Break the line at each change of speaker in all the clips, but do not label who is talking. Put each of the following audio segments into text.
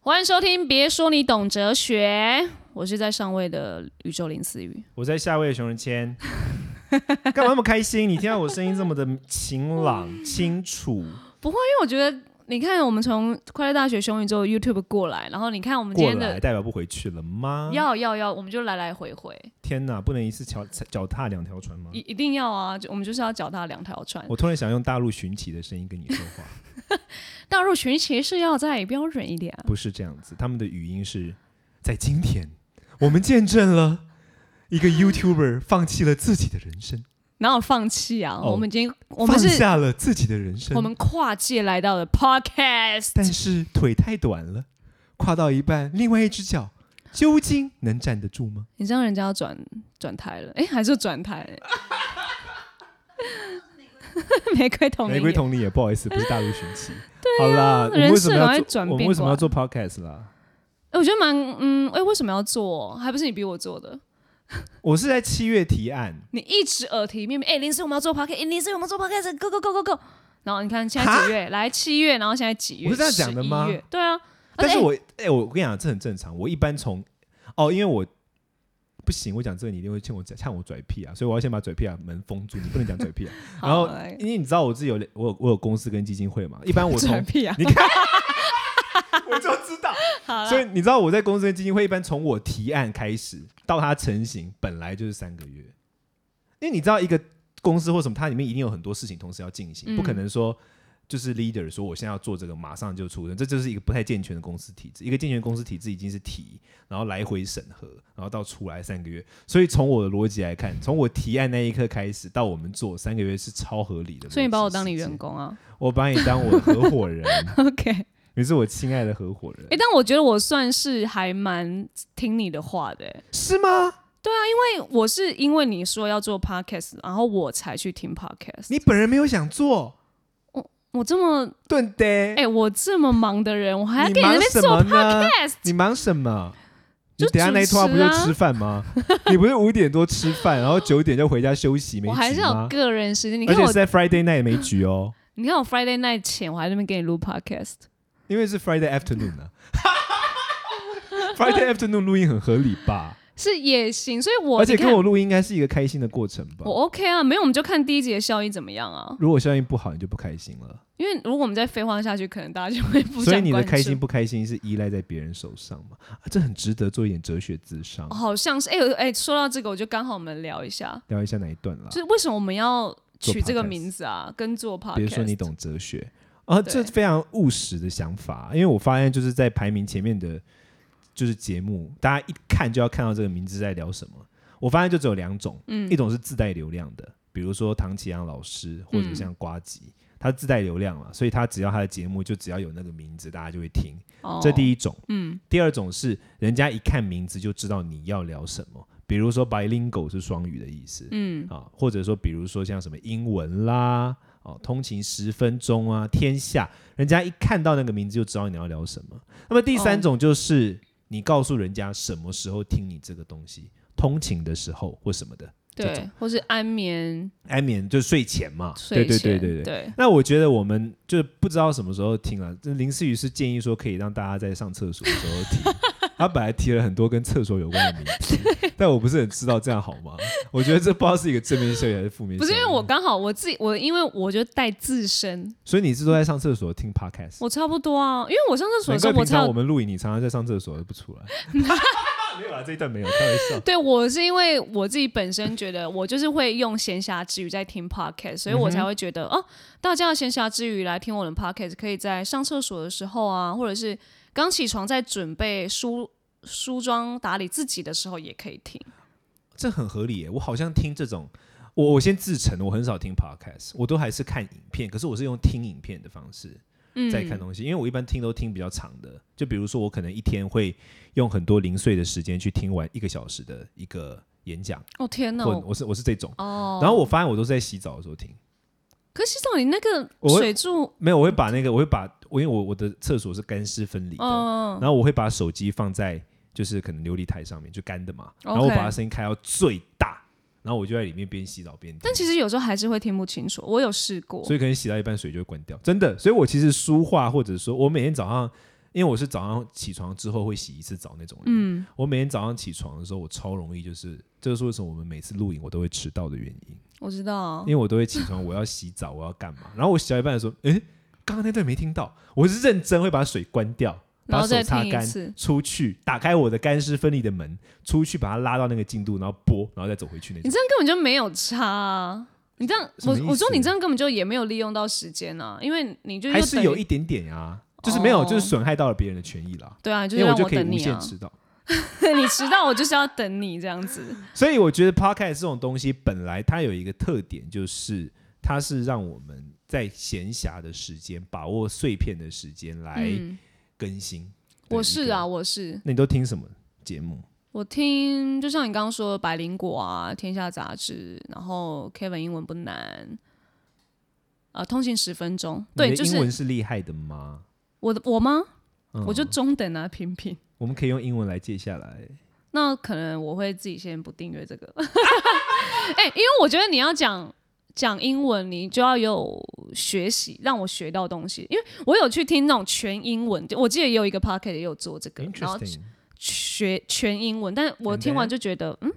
欢迎收听，别说你懂哲学，我是在上位的宇宙林思雨。
我在夏威夷熊 仁谦，干嘛那么开心？你听到我声音这么的 晴朗清楚，
因为我觉得，你看我们从快乐大学熊宇宙 YouTube 过来，然后你看我们今
过
天
来
的
代表不回去了吗？
要要要，我们就来来回回，
天哪，不能一次脚脚踏两条船吗
一？一定要啊，就我们就是要脚踏两条船。
我突然想用大陆寻奇的声音跟你说 话，
大陆群其实要再标准一点啊、
不是这样子，他们的语音是在今天，我们见证了 一个 YouTuber 放弃了自己的人生，
哪有放弃啊？
哦
我们已经，我
放
们是，
下了自己的人生，
我们跨界来到的 Podcast。
但是腿太短了，跨到一半，另外一只脚究竟能站得住吗？
你这样人家要转转台了，哎、还是转台、 玫瑰同
玫瑰
同
同理也不好意思，不是大陆寻 奇。好啦，我们
人
为什么
设赶
要
快转
做？我们
变
为什么
过
要做 podcast 啦？
我觉得蛮嗯，哎、为什么要做？还不是你逼我做的。
我是在七月提案，
你一直耳提面命，哎、林思我们要做 podcast，哎、林思我们要做 podcast，go go go go go。然后你看现在几月？来七月，然后现在几月？
我是这样讲的吗
11月？对啊，
但是
而且
我哎、我跟你讲，这很正常。我一般从哦，因为我不行，我讲这个你一定会欠我呛我嘴屁啊，所以我要先把嘴屁啊门封住，你不能讲嘴 屁啊。
哎
然后
好来
因为你知道我自己有我有我有公司跟基金会嘛，一般我
转
从
屁啊，
你看我就知道，
好啦
所以你知道我在公司跟基金会一般从我提案开始到它成型，本来就是三个月，因为你知道一个公司或什么，它里面一定有很多事情同时要进行，
嗯
不可能说就是 leader 说我现在要做这个，马上就出任，这就是一个不太健全的公司体制。一个健全公司体制已经是提，然后来回审核，然后到出来三个月。所以从我的逻辑来看，从我提案那一刻开始到我们做三个月是超合理的。
所以你把我当你员，工啊
我把你当我的合伙人，
？OK，哎、
你是我亲爱的合伙人，
但我觉得我算是还蛮听你的话的、哎
是吗？
因为我是因为你说要做 podcast，然后我才去听 podcast。
你本人没有想做，
我这么
对的。
哎、我这么忙的人，我还要
你
跟你那
忙
边
什
做
么呢？
podcast，
你忙什么？
就
你等一下那一通话
主
不
持啊
就吃 饭吗？你不是五点多吃饭，然后九点就回家休息，没
我还
局
是
吗
有？个人时间。你
而
看
且
我
是，在 Friday night 没局哦，
你看我 Friday night 前，我还在那边给你录 podcast。
因为是 Friday afternoon 啊。Friday afternoon 录音很合理吧？
是也行，所以我
而且
你看
跟我录音应该是一个开心的过程吧
我？OK 啊，没有我们就看第一集的效益怎么样啊。
如果效应不好，你就不开心了。
因为如果我们再废话下去，可能大家就会不想
所以你的
关注
开心不开心是依赖在别人手上嘛？啊这很值得做一点哲学智商
哦。好像是哎哎、说到这个，我就刚好我们聊一下，
聊一下哪一段啦
就？是为什么我们要取这个
podcast
名字啊，跟做 podcast。
别说你懂哲学啊，
对
这非常务实的想法。因为我发现就是在排名前面的，就是节目，大家一看就要看到这个名字在聊什么。我发现就只有两种，
嗯
一种是自带流量的，比如说唐启阳老师或
嗯
者像瓜吉，他自带流量了，所以他只要他的节目就只要有那个名字，大家就会听。
哦
这第一种。
嗯
第二种是人家一看名字就知道你要聊什么，比如说 bilingual 是双语的意思，
嗯
啊，或者说比如说像什么英文啦，哦，通勤十分钟啊，天下，人家一看到那个名字就知道你要聊什么。那么第三
哦
种就是、你告诉人家什么时候听你这个东西，通勤的时候或什么的，这
对
种，
或是安眠
安眠就是睡前嘛，
睡
对
前，
对对
对
对对。那我觉得我们就不知道什么时候听啊。这林思雨是建议说可以让大家在上厕所的时候听， 他本来提了很多跟厕所有关的名字，但我不是很知道这样好吗？我觉得这不知道是一个正面效益还是负面效
不
益。
是因为我刚好我自己我因为我就带自身，
所以你是都在上厕所听 podcast？
我差不多啊，因为我上厕所的
难
时
怪
候我
平
才
常我
有。
们录影，你常常在上厕所都 不出来。没有啦，这一段没有，开玩笑。
对，我是因为我自己本身觉得我就是会用闲暇之余在听 podcast，所以
嗯
我才会觉得、哦，大家的闲暇之余来听我的 podcast，可以在上厕所的时候啊，或者是刚起床在准备梳梳妆打理自己的时候也可以听。
这很合理耶。我好像听这种，我我先自承，我很少听 podcast，我都还是看影片，可是我是用听影片的方式
嗯，
在看东西，因为我一般听都听比较长的，就比如说我可能一天会用很多零碎的时间去听完一个小时的一个演讲，
哦天哪，
或
我
我是我是这种。
哦，
然后我发现我都是在洗澡的时候听，
可是洗澡你那个
我会
水柱，
没有，我会把那个我会把我因为我我的厕所是干湿分离的，
嗯，
然后我会把手机放在就是可能琉璃台上面，就干的嘛，然后我
OK
把它声音开到最大，然后我就在里面边洗澡边听。
但其实有时候还是会听不清楚，我有试过
所。以可能洗到一半水就会关掉，真的。所以我其实书画或者说我每天早上，因为我是早上起床之后会洗一次澡那种人。
嗯，
我每天早上起床的时候，我超容易就是，这就是为什么我们每次录影我都会迟到的原因，
我知道
因。为我都会起床，我要洗澡，我要干嘛？然后我洗到一半的时候，诶，刚刚那段没听到，我是认真会把水关掉，
然
把
后
手
再
擦
听一
干
次，
出去打开我的干湿分离的门，出去把它拉到那个进度，然后播，然后再走回去那
你
种。
这样根本就没有差、啊。你这样，
什
我
么意思
我说你这样根本就也没有利用到时间啊，因为你就
还
又
是
等
有
于
一点点呀、就是没有，
哦
就是损害到了别人的权益啦。
对啊，就
因
是
为
让
我就可以
等
无
你
限
啊，
迟到，
你迟到我就是要等你这样子。
所以我觉得 podcast 这种东西本来它有一个特点，就是它是让我们在闲暇的时间把握碎片的时间来
嗯，
更新、
我是啊，，我是
那你都听什么节目？
我听，就像你刚刚说的《百灵果》啊，《天下杂志》，然后 Kevin 英文不难，啊，通勤十分钟，对，
你的
就
英文
是
是厉害的吗？
我的我吗？
嗯
我就中等啊，平平。
我们可以用英文来接下来。
那可能我会自己先不订阅这个。 哎、因为我觉得你要讲讲英文，你就要有学习，让我学到东西。因为我有去听那种全英文，我记得也有一个 pocket 也有做这个，然后
Interesting，
学全英文，但是我
And
听完
then？
就觉得，嗯，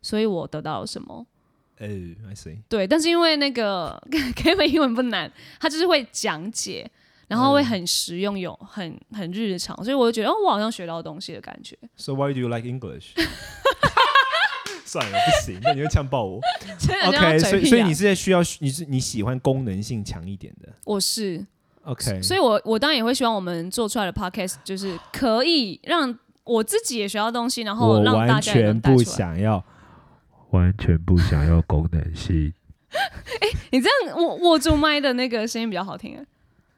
所以我得到了什么？
呃、i see。
对，但是因为那个 Kevin 英文不难，他就是会讲解，然后会很实用，有很很日常，所以我就觉得，哦，我好像学到东西的感觉。
So why do you like English？算了，不行，那你会呛 爆我。
真的像
OK，所
嘴
以
屁
所以
啊
你是在需要，你是你喜欢功能性强一点的。
我是
OK，
所以我我当然也会希望我们做出来的 podcast 就是可以让我自己也学到东西，然
我
后让大
完
家也
全
能带
不
出来。
想要。
完全不想要功能性。
你这样握握住麦的那个声音比较好听啊。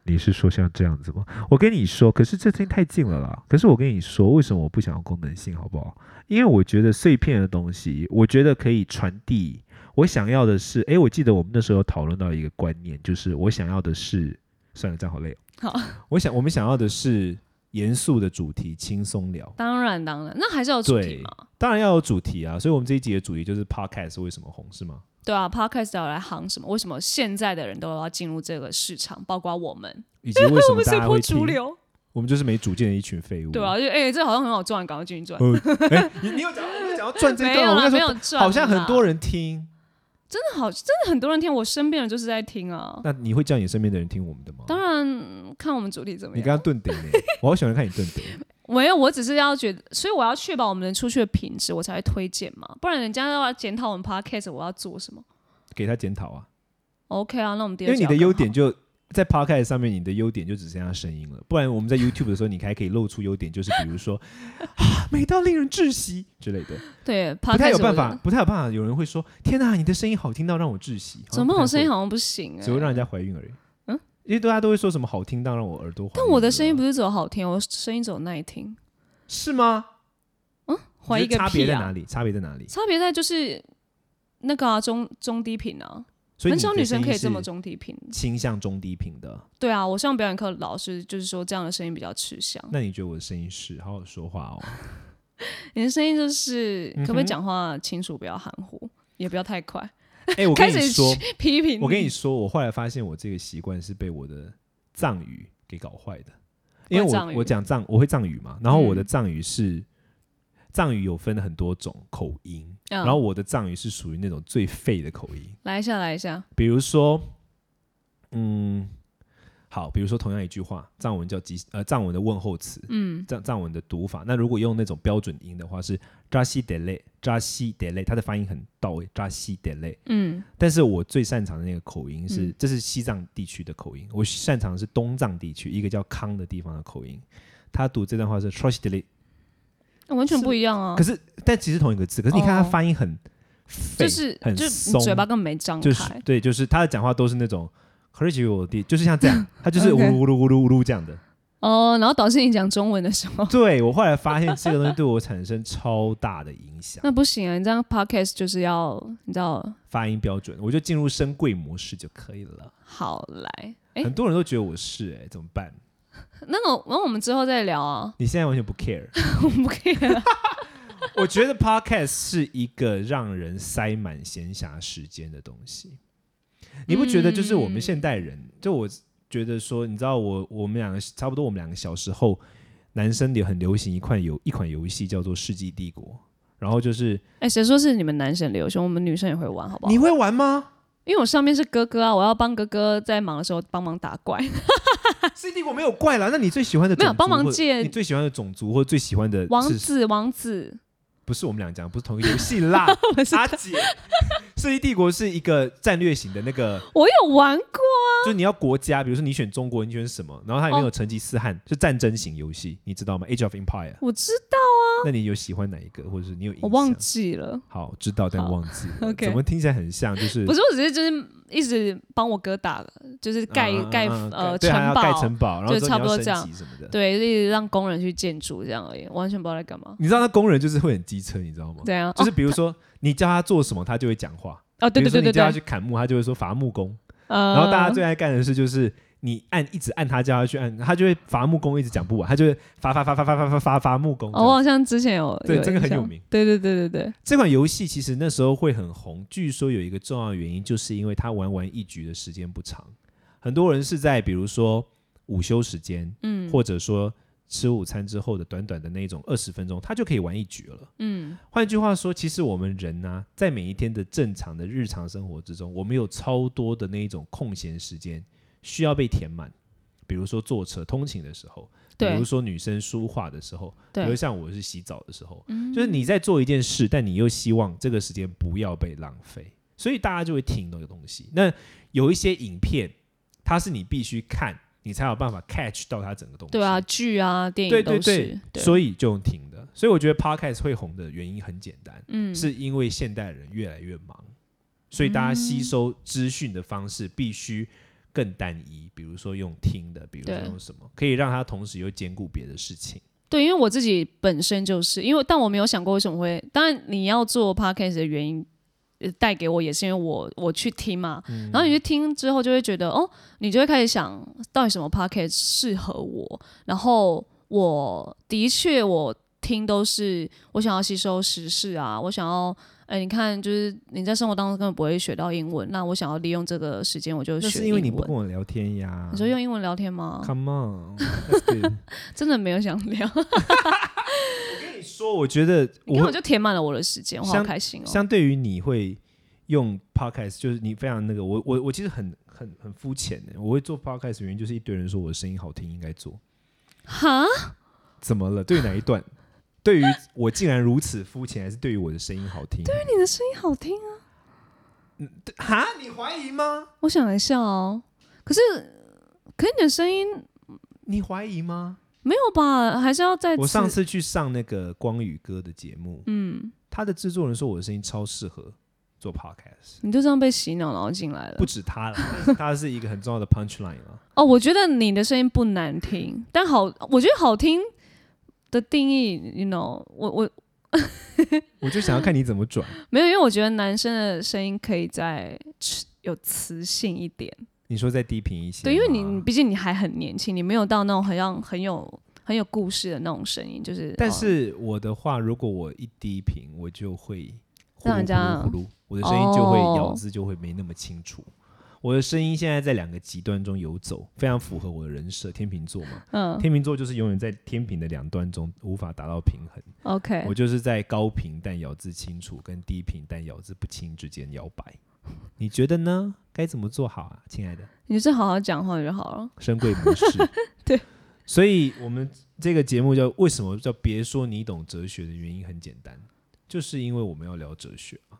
你是说像这样子吗？我跟你说，可是这听太近了啦。可是我跟你说，为什么我不想要功能性，好不好？因为我觉得碎片的东西，我觉得可以传递。我想要的是，诶，我记得我们那时候有讨论到一个观念，就是我想要的是，算了，这样好累哦。
好，
我想我们想要的是严肃的主题，轻松聊。
当然当然，那还是要有主题嘛。
当然要有主题啊，所以我们这一集的主题就是 podcast 为什么红，是吗？
对啊，podcast 要来行什么？为什么现在的人都要进入这个市场，包括我们？
以及为什
我
么
们
大
随
家
波
会听
逐？流，
我们就是没主见的一群废物。呃哎
对啊，就哎、这好像很好赚，赶快进去赚。
你你有讲，我有讲要赚这一
没
段，
有
我
啦，
跟
没
你
有
说，
赚啦，嗯
好像很多人听。
真的好，真的很多人听，我身边人就是在听啊。
那你会叫你身边的人听我们的吗？
当然，看我们主题怎么
你
样
刚。刚顿点 呢，我好喜欢看你顿点。
没有，我只是要觉得，所以我要确保我们能出去的品质，我才会推荐嘛，不然人家要检讨我们 podcast，我要做什么
给他检讨啊，
？OK 啊，那我们第
因
二
为
集
你的
要更
优
好
点就在 podcast 上面，你的优点就只剩下声音了。不然我们在 YouTube 的时候，你还可以露出优点，就是比如 说啊，美到令人窒息之类的，
对 podcast
不太有办
我
法
觉，
不太有办法。有人会说：“天哪、你的声音好听到让我窒息。”
得，怎么我声音
好
好像不行、
像不太会，
欸？
只会让人家怀孕而已。
嗯
嗯，因为大家都会说什么好听到让我耳朵怀孕。
但我的声音不
是
是走好听，我声音走耐听，嗯
是吗？
怀疑
你觉
个
得差别
屁
在
啊
哪！里？差别在哪里？
差别在就是那个啊，中中低频啊，
所以
很
你的
少女生
声音
可以这么
是
中低频。
倾向中低频的。
对啊，我上表演课老师就是说这样的声音比较吃香。
那你觉得我的声音是好好说 话哦？
你的声音就是、可不可以
嗯哼
讲话清楚，不要含糊，也不要太快。
哎、我
开
跟你
始
说，
批评，
我跟你说，我后来发现我这个习惯是被我的藏语给搞坏的，因为
会藏语
我我讲藏我会藏语嘛，然后我的
嗯
藏语是、藏语有分很多种口音，
嗯
然后我的藏语是属于那种最废的口音，
来一下，来一下，
比如说，嗯，好，比如说同样一句话，藏文叫吉呃藏文的问候词，
嗯，
藏藏文的读法，那如果用那种标准音的话是扎西德勒扎西德勒，它的发音很到位，扎西德勒。
嗯，
但是我最擅长的那个口音是，
嗯
这是西藏地区的口音，我擅长的是东藏地区一个叫康的地方的口音。他读这段话是 t r o s h d l i
完全不一样啊
可，是但其实同一个字，可是你看他发音很废，
哦就是
很
就
松，
你嘴巴根本没张开，
就是对，就是他的讲话都是那种 c r a z y 我的，就是像这样，他就是呜
OK
噜呜噜呜噜呜噜这样的。
哦，然后导致你讲中文的时候，
对我后来发现这个东西对我产生超大的影响，
那不行啊，你这样 podcast 就是要你知道，
发音标准，我就进入深贵模式就可以了。
好来，哎、
很多人都觉得我是哎、怎么办？
那我那我们之后再聊啊，
你现在完全不 care。
我们不可以了，
我觉得 podcast 是一个让人塞满闲暇时间的东西，你不觉得？就是
嗯
我们现代人，就我觉得说，你知道我我们两个差不多，我们两个小时候男生也很流行一款游一款游戏叫做《世纪帝国》，然后就是
哎，谁说是你们男生流行？我们女生也会玩，好不好？
你会玩 吗？
因为我上面是哥哥啊，我要帮哥哥在忙的时候帮忙打怪。
世纪帝国没有怪啦，那你最喜欢的
没有
种族
帮忙
或
借
你最喜欢的种族或最喜欢的
王
是
子，王子，
不是我们俩讲，不是同一个游 戏啦
我是
阿姐，《世纪帝国》是一个战略型的那个，
我有玩过。
就是你要国家，比如说你选中国，你选什么，然后它里面有成吉思汗，是战争型游戏，你知道吗？《Age of Empire》，
我知道，
那你有喜欢哪一个，或者是你有印
我忘
象
记了。
好，知道但
好
忘记了
OK
怎么听起来很像，就是
不是，我只是就是一直帮我哥打，就是盖
嗯嗯嗯
盖
嗯
呃
对还要
城
盖
堡，
城堡，然后
就
之后
差
你
不多
要
这
升
样
级什么的。
对，一直让工人去建筑这样而已，完全不知道在干嘛。
你知道那工人就是会很机车，你知道吗？
怎样？
就
哦
是比如说你叫他做什么，他就会讲话。
哦，对对对
比如说你
对
叫他
对
去，砍木，他就会说伐木工。
呃，
然后大家最爱干的事就是你按一直按他叫他去按，他就会伐木工一直讲不完，他就会伐伐伐伐伐伐伐伐伐木工这
哦，我
样。
好像之前有
对
有
这个
印
很有
象
名
对对对对对，
这款游戏其实那时候会很红，据说有一个重要的原因，就是因为他玩完一局的时间不长，很多人是在比如说午休时间，
嗯
或者说吃午餐之后的短短的那一种二十分钟，他就可以玩一局了。
嗯，
换句话说，其实我们人呢、啊在每一天的正常的日常生活之中，我们有超多的那一种空闲时间需要被填满。比如说坐车通勤的时候，比
对
如说女生梳化的时候，比如
对，嗯
像我是洗澡的时候，就是你在做一件事，但你又希望这个时间不要被浪费，所以大家就会听那个东西。那有一些影片，它是你必须看，你才有办法 catch 到它整个东西。
对啊，剧啊，电
对
影都
对对
是，，对，
所以就用听的。所以我觉得 podcast 会红的原因很简单，
嗯，
是因为现代人越来越忙，所以大家
嗯
吸收资讯的方式必须更单一，比如说用听的，比如说
对
用什么，可以让它同时又兼顾别的事情。
对，因为我自己本身就是因为，但我没有想过为什么会。当然，你要做 podcast 的原因，呃带给我也是因为我我去听嘛，
嗯
然后你去听之后就会觉得，哦，你就会开始想到底什么 podcast 适合我。然后我的确我听都是我想要吸收时事啊，我想要。哎，你看，就是你在生活当中根本不会学到英文，那我想要利用这个时间，我就
那
学
是因为你
英
不
文
跟我聊天呀。
你说用英文聊天吗？
Come on，that's good
真的没有想聊，
我跟你说，我觉得
你看
我
我就填满了我的时间，我好
相
开心哦。
相对于你会用 podcast，就是你非常那个，我我我其实很很很肤浅的。我会做 podcast 的原因就是一堆人说我的声音好听，应该做。
哈，
怎么了？对于哪一段？对于我竟然如此肤浅，还是对于我的声音好听？对
你的声音好听啊！
哈，你怀疑吗？
我想一下哦，可是可是你的声音
你怀疑吗？
没有吧？还是要再
我
次
上次去上那个光宇哥的节目，
嗯，
他的制作人说我的声音超适合做 podcast，
你就这样被洗脑然后进来了
不。止他了，但是 他是一个很重要的 punch line 啊。
哦，我觉得你的声音不难听，但好，我觉得好听的定义，you know，我我
我就想要看你怎么转。
没有，因为我觉得男生的声音可以再有磁性一点。
你说再低频一些吗，
对，因为你你毕竟你还很年轻，你没有到那种很像很有很有故事的那种声音，就是
但
哦
是我的话，如果我一低频，我就会呼
让人
噜呼
家
噜呼噜，我的声音就会
哦
咬字就会没那么清楚。我的声音现在在两个极端中游走，非常符合我的人设，天秤座嘛。
嗯
天秤座就是永远在天平的两端中无法达到平衡。
，OK，
我就是在高频但咬字清楚跟低频但咬字不清之间摇摆。你觉得呢？该怎么做好啊，亲爱的？
你就是好好讲话就好了。
深贵模式。
对，
所以我们这个节目叫为什么叫别说你懂哲学的原因很简单，就是因为我们要聊哲学嘛。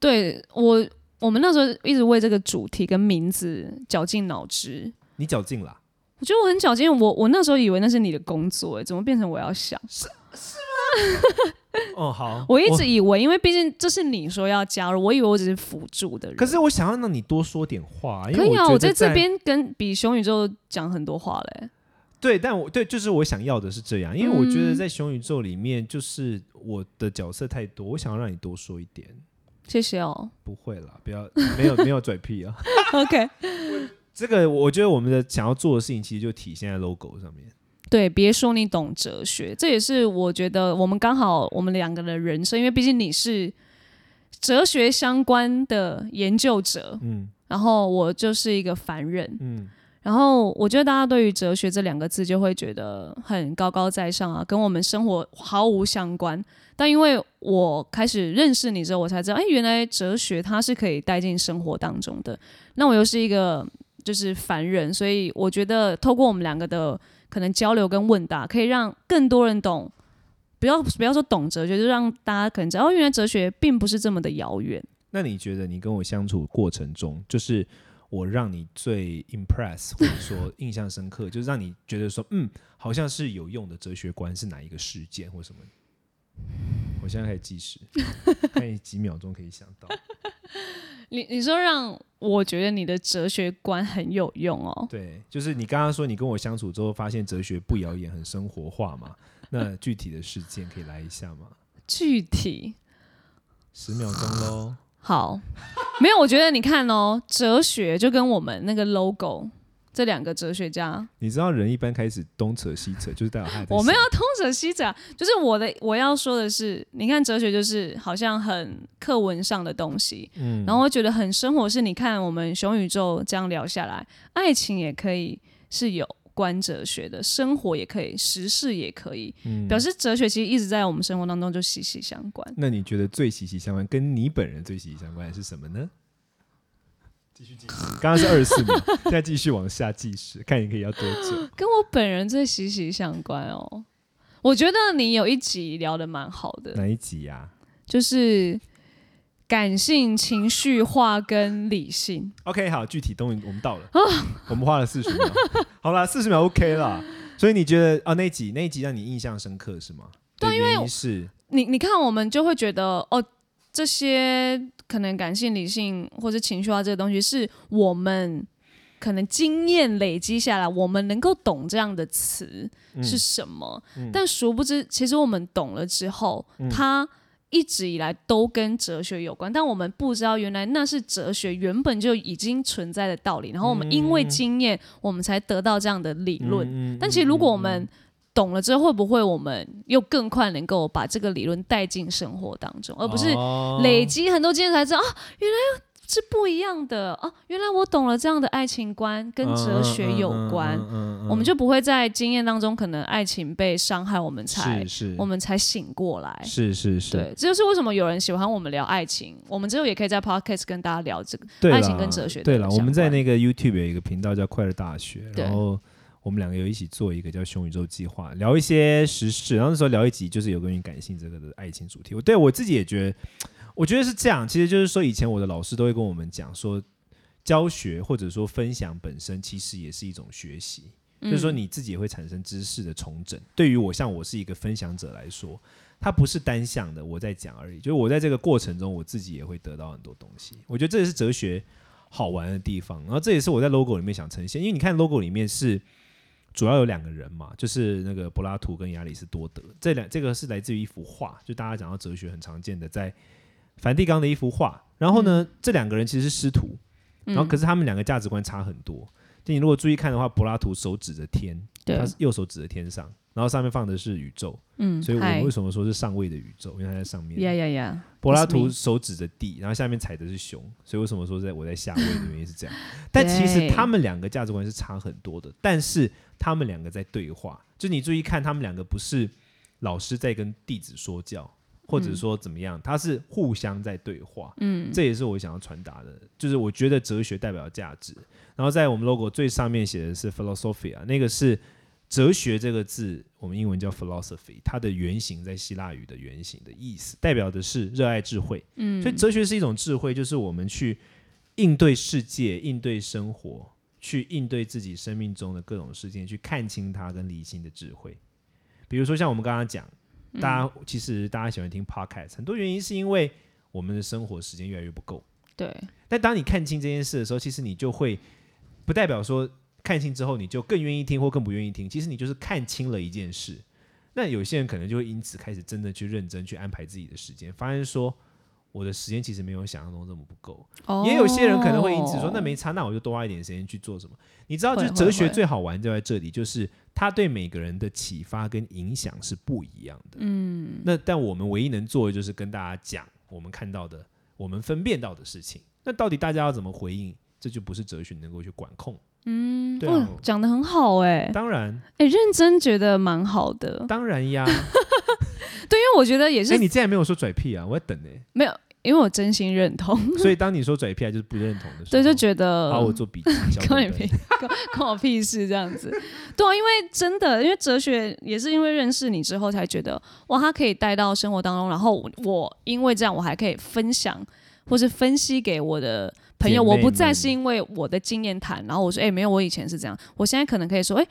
对我，我们那时候一直为这个主题跟名字绞尽脑汁。
你绞尽了啊，
我觉得我很绞尽，我我那时候以为那是你的工作、欸，怎么变成我要想？
哦，好，
我一直以为，因为毕竟这是你说要加入，我以为我只是辅助的人。
可是我想要让你多说点话，因
可
为
以啊，
我
我
觉得
在这
在
边跟比熊宇宙讲很多话嘞、
对，但我对就是我想要的是这样，因为我觉得
嗯
在熊宇宙里面，就是我的角色太多，我想要让你多说一点。
谢谢哦。
不会啦，不要没有没有嘴屁啊。
OK，
这个我觉得我们的想要做的事情，其实就体现在 logo 上面。
对，别说你懂哲学，这也是我觉得我们刚好我们两个的人生，因为毕竟你是哲学相关的研究者，
嗯
然后我就是一个凡人，
嗯，
然后我觉得大家对于哲学这两个字就会觉得很高高在上啊，跟我们生活毫无相关。但因为我开始认识你之后，我才知道，哎，原来哲学它是可以带进生活当中的。那我又是一个就是凡人，所以我觉得透过我们两个的可能交流跟问答，可以让更多人懂。不要不要说懂哲学，就让大家可能知道，哦，原来哲学并不是这么的遥远。
那你觉得你跟我相处过程中，就是我让你最 impress 或者说印象深刻，就是让你觉得说，嗯，好像是有用的哲学观是哪一个事件或什么？我现在开始计时，看你几秒钟可以想到。
你你说让我觉得你的哲学观很有用哦，
对，就是你刚刚说你跟我相处之后，发现哲学不谣言，很生活化嘛。那具体的事件可以来一下吗？
具体
十秒钟喽。
好，没有，我觉得你看哦，哲学就跟我们那个 logo 这两个哲学家，
你知道人一般开始东扯西扯，就是代表他还在
我们
想
要通者西者啊，就是我的我要说的是，你看哲学就是好像很课文上的东西，
嗯
然后我觉得很生活是，你看我们熊宇宙这样聊下来，爱情也可以是有关哲学的，生活也可以，时事也可以，
嗯
表示哲学其实一直在我们生活当中就息息相关。
那你觉得最息息相关，跟你本人最息息相关的是什么呢？ 继续计时，刚刚是二十四秒， 现在继续往下计时，看你可以要多 久。
跟我本人最息息相关哦。我觉得你有一集聊得蛮好的，
哪一集啊呀、
就是感性、情绪化跟理性。
OK，好，具体东西我们到了， 我们花了四十 秒，好啦，四十秒 OK 啦。所以你觉得啊，那一集那一集让你印象深刻是吗？对，因为是
你你看，我们就会觉得哦，这些可能感性、理性或者情绪化这个东西，是我们可能经验累积下来，我们能够懂这样的词
嗯
是什么。但殊不知，其实我们懂了之后，它一直以来都跟哲学有关，但我们不知道原来那是哲学原本就已经存在的道理。然后我们因为经验，我们才得到这样的理
嗯
论。但其实如果我们懂了之后，会不会我们又更快能够把这个理论带进生活当中，而不
哦
是累积很多经验才知道啊，原来是不一样的啊，原来我懂了这样的爱情观跟哲学有
嗯
关，
哦
我们就不会在经验当中可能爱情被伤害，我们才
是是
我们才醒过来。
是是是，
对，这就是为什么有人喜欢我们聊爱情。我们之后也可以在 podcast 跟大家聊这个。
对啦
爱情跟哲学的
对了，
相
我
关
们在那个 YouTube 有一个频道叫快乐大学，
对
然后我们两个有一起做一个叫“熊宇宙计划”，聊一些时事。然后那时候聊一集就是有关于感性这个的爱情主题。我对我自己也觉得，我觉得是这样。其实就是说，以前我的老师都会跟我们讲说，教学或者说分享本身其实也是一种学习。就是说
嗯
你自己也会产生知识的重整。对于我，像我是一个分享者来说，它不是单向的，我在讲而已。就是我在这个过程中，我自己也会得到很多东西。我觉得这也是哲学好玩的地方。然后这也是我在 logo 里面想呈现，因为你看 logo 里面是主要有两个人嘛，就是那个柏拉图跟亚里士多德。这两这个是来自于一幅画，就大家讲到哲学很常见的，在梵蒂冈的一幅画。然后呢，
嗯
这两个人其实是师徒，然后可是他们两个价值观差很多。就你如果注意看的话，柏拉图手指着天，
对
他是右手指着天上，然后上面放的是宇宙，
嗯，
所以我
嗨
们为什么说是上位的宇宙？因为它在上面。
呀呀呀，
柏拉
It's
图
me
手指着地，然后下面踩的是熊，所以为什么说在我 在下位的原因是这样？但其实
对
他们两个价值观是差很多的，但是他们两个在对话，就你注意看，他们两个不是老师在跟弟子说教，或者说怎么样，他是互相在对话。
嗯，
这也是我想要传达的，就是我觉得哲学代表价值。然后在我们 logo 最上面写的是 philosophia，那个是哲学这个字，我们英文叫 philosophy，它的原型在希腊语的原型的意思，代表的是热爱智慧。嗯，所以哲学是一种智慧，就是我们去应对世界、应对生活、去应对自己生命中的各种事件，去看清它跟理性的智慧。比如说像我们刚刚讲，大家、其实大家喜欢听 podcast，很多原因是因为我们的生活时间越来越不够。
对，
但当你看清这件事的时候，其实你就会不代表说看清之后你就更愿意听或更不愿意听，其实你就是看清了一件事。那有些人可能就会因此开始真的去认真去安排自己的时间，发现说我的时间其实没有想象中这么不够。也有些人可能会因此说，那
哦
没差，那我就多花一点时间去做什么？你知道，就
会
是
会
哲学
会
最好玩就在这里，就是它对每个人的启发跟影响是不一样的。嗯，那但我们唯一能做的就是跟大家讲我们看到的、我们分辨到的事情。那到底大家要怎么回应，这就不是哲学能够去管控
嗯，
对啊
哇讲的很好哎、欸，
当然，
哎、认真觉得蛮好的。
当然 呀。哎、
对，因为我觉得也是、
你竟然没有说拽屁啊！我在等 呢、
没有，因为我真心认同，
所以当你说拽屁啊，就是不认同的时候。
对，就觉得嗯
好，我做笔记。 小
关
本
你
本
屁，关 关我屁事这样子。对啊，因为真的，因为哲学也是因为认识你之后才觉得，哇，它可以带到生活当中，然后我我因为这样，我还可以分享或是分析给我的朋友。
姐妹
我
们
不再是因为我的经验谈，然后我说，哎、没有，我以前是这样，我现在可能可以说，哎、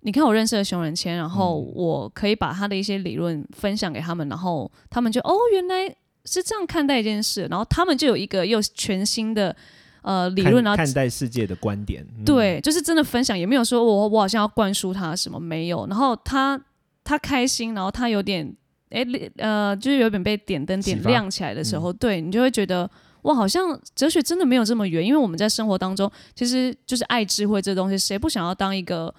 你看我认识了熊仁谦，然后
嗯
我可以把他的一些理论分享给他们，然后他们就哦，原来是这样看待一件事，然后他们就有一个又全新的呃理论，然
看
后
看待世界的观点。嗯，
对，就是真的分享，也没有说我我好像要灌输他什么，没有。然后他他开心，然后他有点哎呃，就是有点被点灯
启
点
发嗯
亮起来的时候，对你就会觉得哇，好像哲学真的没有这么远，因为我们在生活当中其实就是爱智慧这东西，谁不想要当一个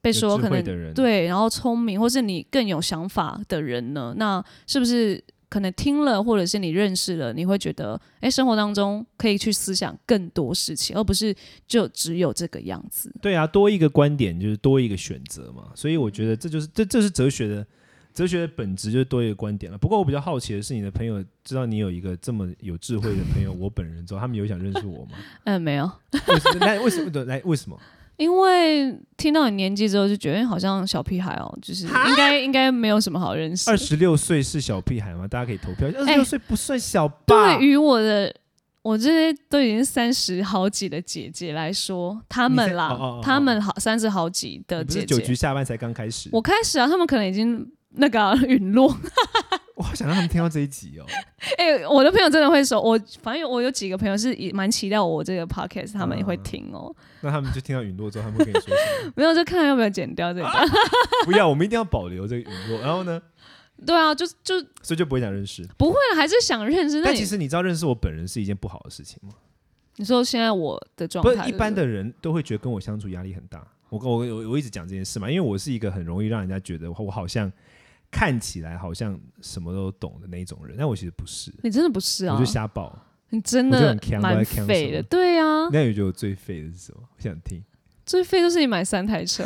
被
有
说
智
可
慧
能
的人
对，然后聪明或是你更有想法的人呢？那是不是？可能听了，或者是你认识了，你会觉得，哎，生活当中可以去思想更多事情，而不是就只有这个样子。
对啊，多一个观点就是多一个选择嘛。所以我觉得这就是这这是哲学的哲学的本质，就是多一个观点了。不过我比较好奇的是，你的朋友知道你有一个这么有智慧的朋友，我本人之后，他们有想认识 我吗？
嗯，没有，
为什么？来为什么？对来为 什么？
因为听到你年纪之后，就觉得哎好像小屁孩哦，就是应该应该没有什么好认识
二。十六岁是小屁孩吗？大家可以投票。二十
哎
六岁不算小吧？
对于我的我这些都已经三十好几的姐姐来说，她
你
们
在
啦，
哦哦哦哦
她们好三十好几的
你不
姐
是九局
姐，
下半才刚开始。
我开始啊，她们可能已经那个 啊陨落，
我好想让他们听到这一集 哦。
哎、我的朋友真的会说，我反正我有几个朋友是也蛮期待我这个 podcast，他们也会听哦、
那他们就听到陨落之后，他们会跟你说什么？
没有就看要不要剪掉这个。
啊不要，我们一定要保留这个陨落。然后呢，
对啊，就就
所以就不会想认识。
不会了，还是想认识。那
但
你
其实你知道，认识我本人是一件不好的事情吗？
你说现在我的状
不是
态，
一般
对
的人都会觉得跟我相处压力很大。我跟我我我一直讲这件事嘛，因为我是一个很容易让人家觉得我好像看起来好像什么都懂的那一种人，但我其实不是
不，对，你真的不是啊
我就，瞎报。
你真
我就
的
很强我
蛮
在强
废
什
的。
么
对啊，
那你觉得我最废的是什么？我想听。
最废就是你买三台车，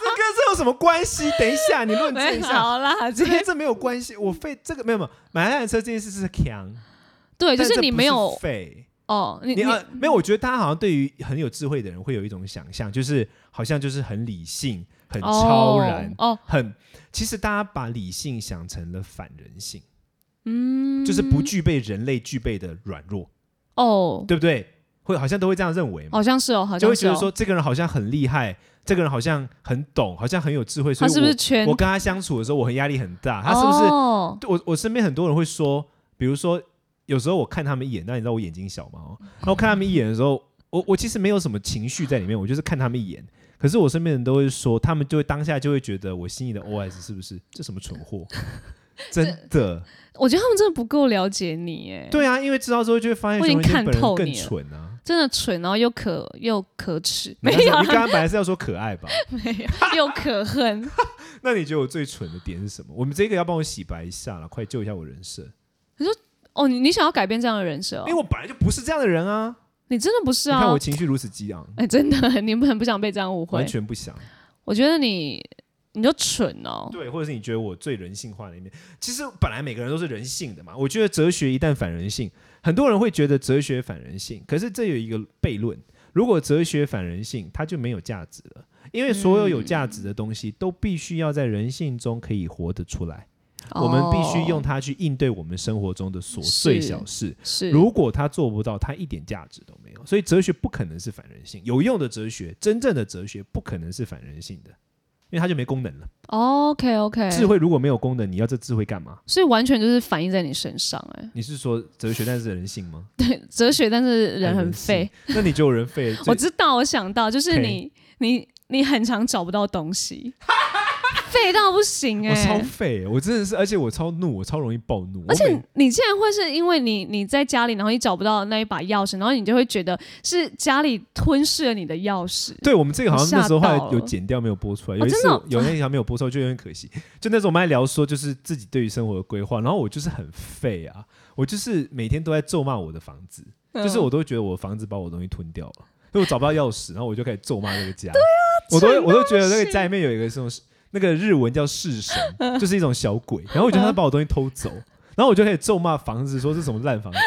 这跟这有什么 关系？等一下，你论证
没
一
有
下，
好啦，
这
这
跟这没有关系。我废这个没有没有，买辆车这件事是强，
对，就
但
是
这
你
不
没有
废。
哦，你
你
你
呃没有，我觉得大家好像对于很有智慧的人会有一种想象，就是好像就是很理性、很超然、
哦，哦
很。其实大家把理性想成了反人性，
嗯，
就是不具备人类具备的软弱，
哦，
对不对？会好像都会这样认为嘛，
好像是哦，好
就
像
会
是
觉
哦
得说这个人好像很厉害，这个人好像很懂，好像很有智慧，所
他
以
啊是不
我
是全
我跟他相处的时候，我很压力很大。他是不是？
哦
我我身边很多人会说，比如说有时候我看他们一眼，那你知道我眼睛小嘛？哦，然后看他们一眼的时候，我我其实没有什么情绪在里面，我就是看他们一眼。可是我身边人都会说，他们就会当下就会觉得我心里的 OS 是不是这什么蠢货？真的，
我觉得他们真的不够了解你，哎，
对啊，因为知道之后就会发现
我已经
熊
看
仁谦本人
透
更
你了
蠢啊。
真的蠢，然后又可又可耻，没
你刚才
有啊
你刚刚本来是要说可爱吧？
没有，又可恨。
那你觉得我最蠢的点是什么？我们这个要帮我洗白一下了，快救一下我人设，
哦，你你想要改变这样的人设、
因
哦
为？我本来就不是这样的人啊。
你真的不是
你看
啊
我？情绪如此激昂，
哎、真的， 你们很不想被这样误会
完。全不想。
我觉得你你就蠢哦。
对，或者是你觉得我最人性化的一面，其实本来每个人都是人性的嘛。我觉得哲学一旦反人性，很多人会觉得哲学反人性，可是这有一个悖论：如果哲学反人性，它就没有价值了，因为所有有价值的东西都必须要在人性中可以活得出来，我们必须用
哦
它去应对我们生活中的琐碎
是
小事。
是
如果他做不到，他一点价值都没有。所以哲学不可能是反人性，有用的哲学，真正的哲学不可能是反人性的，因为它就没功能了。
OK OK，
智慧如果没有功能，你要这智慧干嘛？
所以完全就是反映在你身上哎、
你是说哲学但是人性吗？
哲学，但是人很
哎人性
废。。
那你觉得我 人废？
我
最
知道，我想到就是
嘿
你你你很常找不到东 西，废到不行哎、
我超废，欸我真的是，而且我超怒，我超容易暴怒。
而
我
且
每
你竟然会是因为你你在家里，然后你找不到那一把钥匙，然后你就会觉得是家里吞噬了你的钥匙。
对我们这个好像那时候
我
后
吓到
来
了
有剪掉没有播出来，有一
真
次
的
我
哦
有那条没有播出来，就有点可惜。就那时候我们在聊说，就是自己对于生活的规划，然后我就是很废嗯啊，我就是每天都在咒骂我的房子，就是我都觉得我房子把我东西吞掉了。所以我找不到钥匙，然后我就开始咒骂那个家。对啊，我都我都觉得那个家里面有一个什么那个日文叫式神，就是一种小鬼，然后我觉得他把我东西偷走。然后我就开始咒骂房子，说是什么烂房子。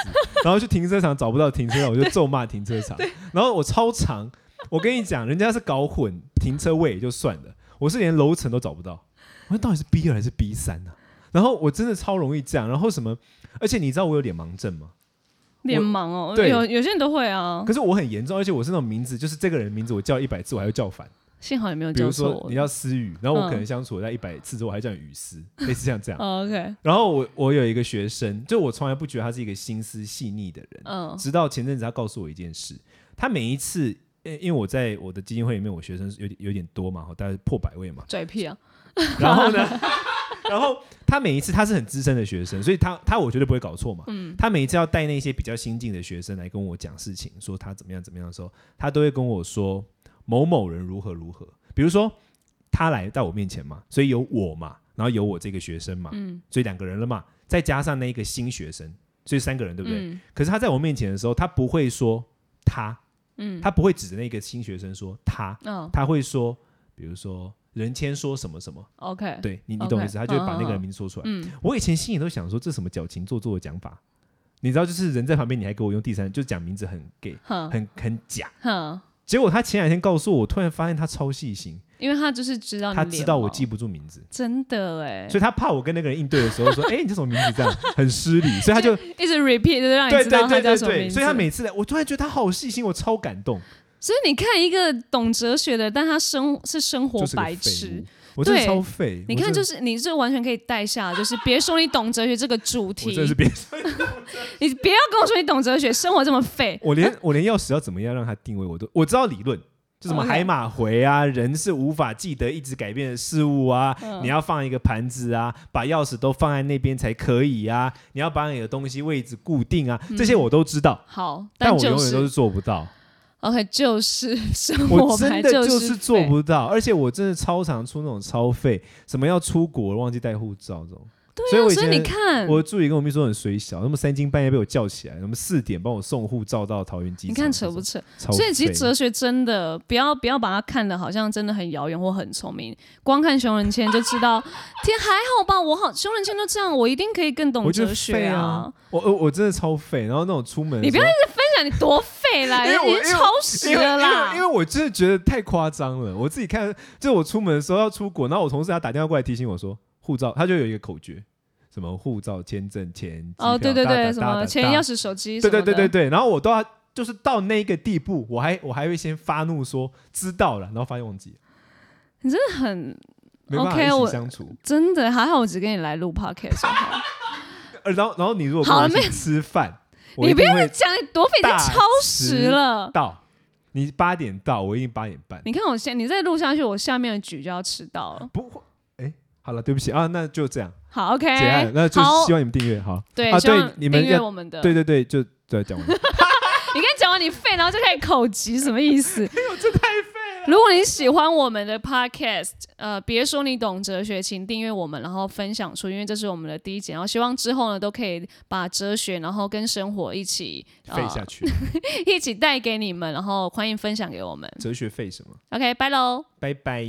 然后去停车场找不到停车场，我就咒骂停车场。然后我超长，我跟你讲，人家是搞混停车位也就算了，我是连楼层都找不到。我说到底是 B 二还是 B 三呢、然后我真的超容易这样。然后什么？而且你知道我有脸盲症吗？
脸盲哦，
对
有有些人都会啊
可。是我很严重，而且我是那种名字，就是这个人名字我叫一百次我还会叫反。
幸好你没有
比
叫
如
错
说
我
你。叫思雨，然后我可能
嗯
相处了在一百次之后我还叫你雨 思，类似像这样。
哦 OK，
然后我我有一个学生，就我从来不觉得他是一个心思细腻的人，
嗯
直到前阵子他告诉我一件事，他每一次，呃因为我在我的基金会里面，我学生是有点有点多嘛，吼大概破百位嘛，
拽屁啊，
然后呢，然后他每一次他是很资深的学生，所以他他我绝对不会搞错嘛，
嗯
他每一次要带那些比较新进的学生来跟我讲事情，说他怎么样怎么样的时候，他都会跟我说某某人如何如何，比如说他来到我面前嘛，所以有我嘛，然后有我这个学生嘛，
嗯
所以两个人了嘛，再加上那一个新学生，所以三个人，对不对？
嗯
可是他在我面前的时候，他不会说他，
嗯，
他不会指着那个新学生说他，
嗯
他会说，比如说人谦说什么什么，
OK，
对你，你
OK，
懂我意思，他就会把那
嗯
个
嗯
人
嗯
名字说出来。
嗯，
我以前心里都想说，这什么矫情做作的讲法，你知道，就是人在旁边，你还给我用第三人，就讲名字很 gay，
哼
很很假。
哼，
结果他前两天告诉我，我突然发现他超细心，
因为他就是知道你
他知道我
脸盲
记不住名字，
真的哎，
所以他怕我跟那个人应对的 时候说，哎，你叫什么名字？这样很失礼，所以他就
一直 repeat 就让你
对
知
对
道他
对
叫
对
什么名
对，
字。
所以他每次来，我突然觉得他好细心，我超感动，
所以你看一个懂哲学的，但他生是生活
就是个
白
废
痴
物。，我真的
对
超废。
你
我
看，
真的
就是你这完全可以带下，就是别说你懂哲学这个主
我
题
真，的是别，。
你不要跟我说你懂哲学，生活这么废
我连我连钥匙要怎么样让他定位我都我知道理论。就什么
OK
海马回啊人是无法记得一直改变的事物啊，
嗯
你要放一个盘子啊，把钥匙都放在那边才可以啊，你要把你的东西位置固定啊，这些我都知道，
好，
但我
嗯就
永远都
是
是做不 到。
OK，就是生
我
活
真
牌
的就
就是是
做
废
不到，而且我真的超常出那种超费，什么要出国忘记带护照这种。对、所以我以
啊所以你
前
看，
我的助理跟我秘书很水小，那么三更半夜被我叫起来，那么四点帮我送护照到桃园机
你
场。
看扯不？扯？
超
所以其实
废
哲学真的不要不要把它看的好像真的很遥远或很聪明，光看熊仁谦就知道，天还好吧，我好熊仁谦都这样，我一定可以更懂
我就
哲学
废啊！我我我真的超废，然后那种出门的
你
时
不要
候
分享你多废啦，
因为我
你是超时
因为
了
因为
啦
因为。我真的觉得太夸张了，我自己看，就我出门的时候要出国，然后我同事他打电话过来提醒我说，护照，他就有一个口诀，什么护照、签证、钱，机
哦，对对
票哒哒
对，
哒
什
哒
么
哒
钱、钥匙、手机，
对对对对，对，然后我都要就是到那个地步，我还我还会先发怒说知道了，然后发现忘记了，
你真的很
没办法
OK，
一
我
起相处。
真的还好，我只跟你来录 podcast，好不好
呃，然后然后你如果跟
好
我
了
一
没
起吃饭，我
你
一
不
定
要再
会
讲你多废，已经
大
超时
迟
了。
到，你八点到，我一定八点半。
你看我现你再录下去，我下面的局就要迟到了。
不会，哎，好了，对不起啊，那就这样，
好，OK，
结案了，那就
好
希，望你们订阅好。
对，
啊
希望
对你们
订阅
要
我们的。
对对对，就对讲完了。
你刚才讲完你废，然后就开始口急，什么意 思？
哎
如果你喜欢我们的 podcast，呃，别说你懂哲学，请订阅我们，然后分享出去，因为这是我们的第一集。然后希望之后呢，都可以把哲学，然后跟生活一起呃
废下去，
一起带给你们，然后欢迎分享给我们。
哲学废什么？
OK，拜喽。
拜拜。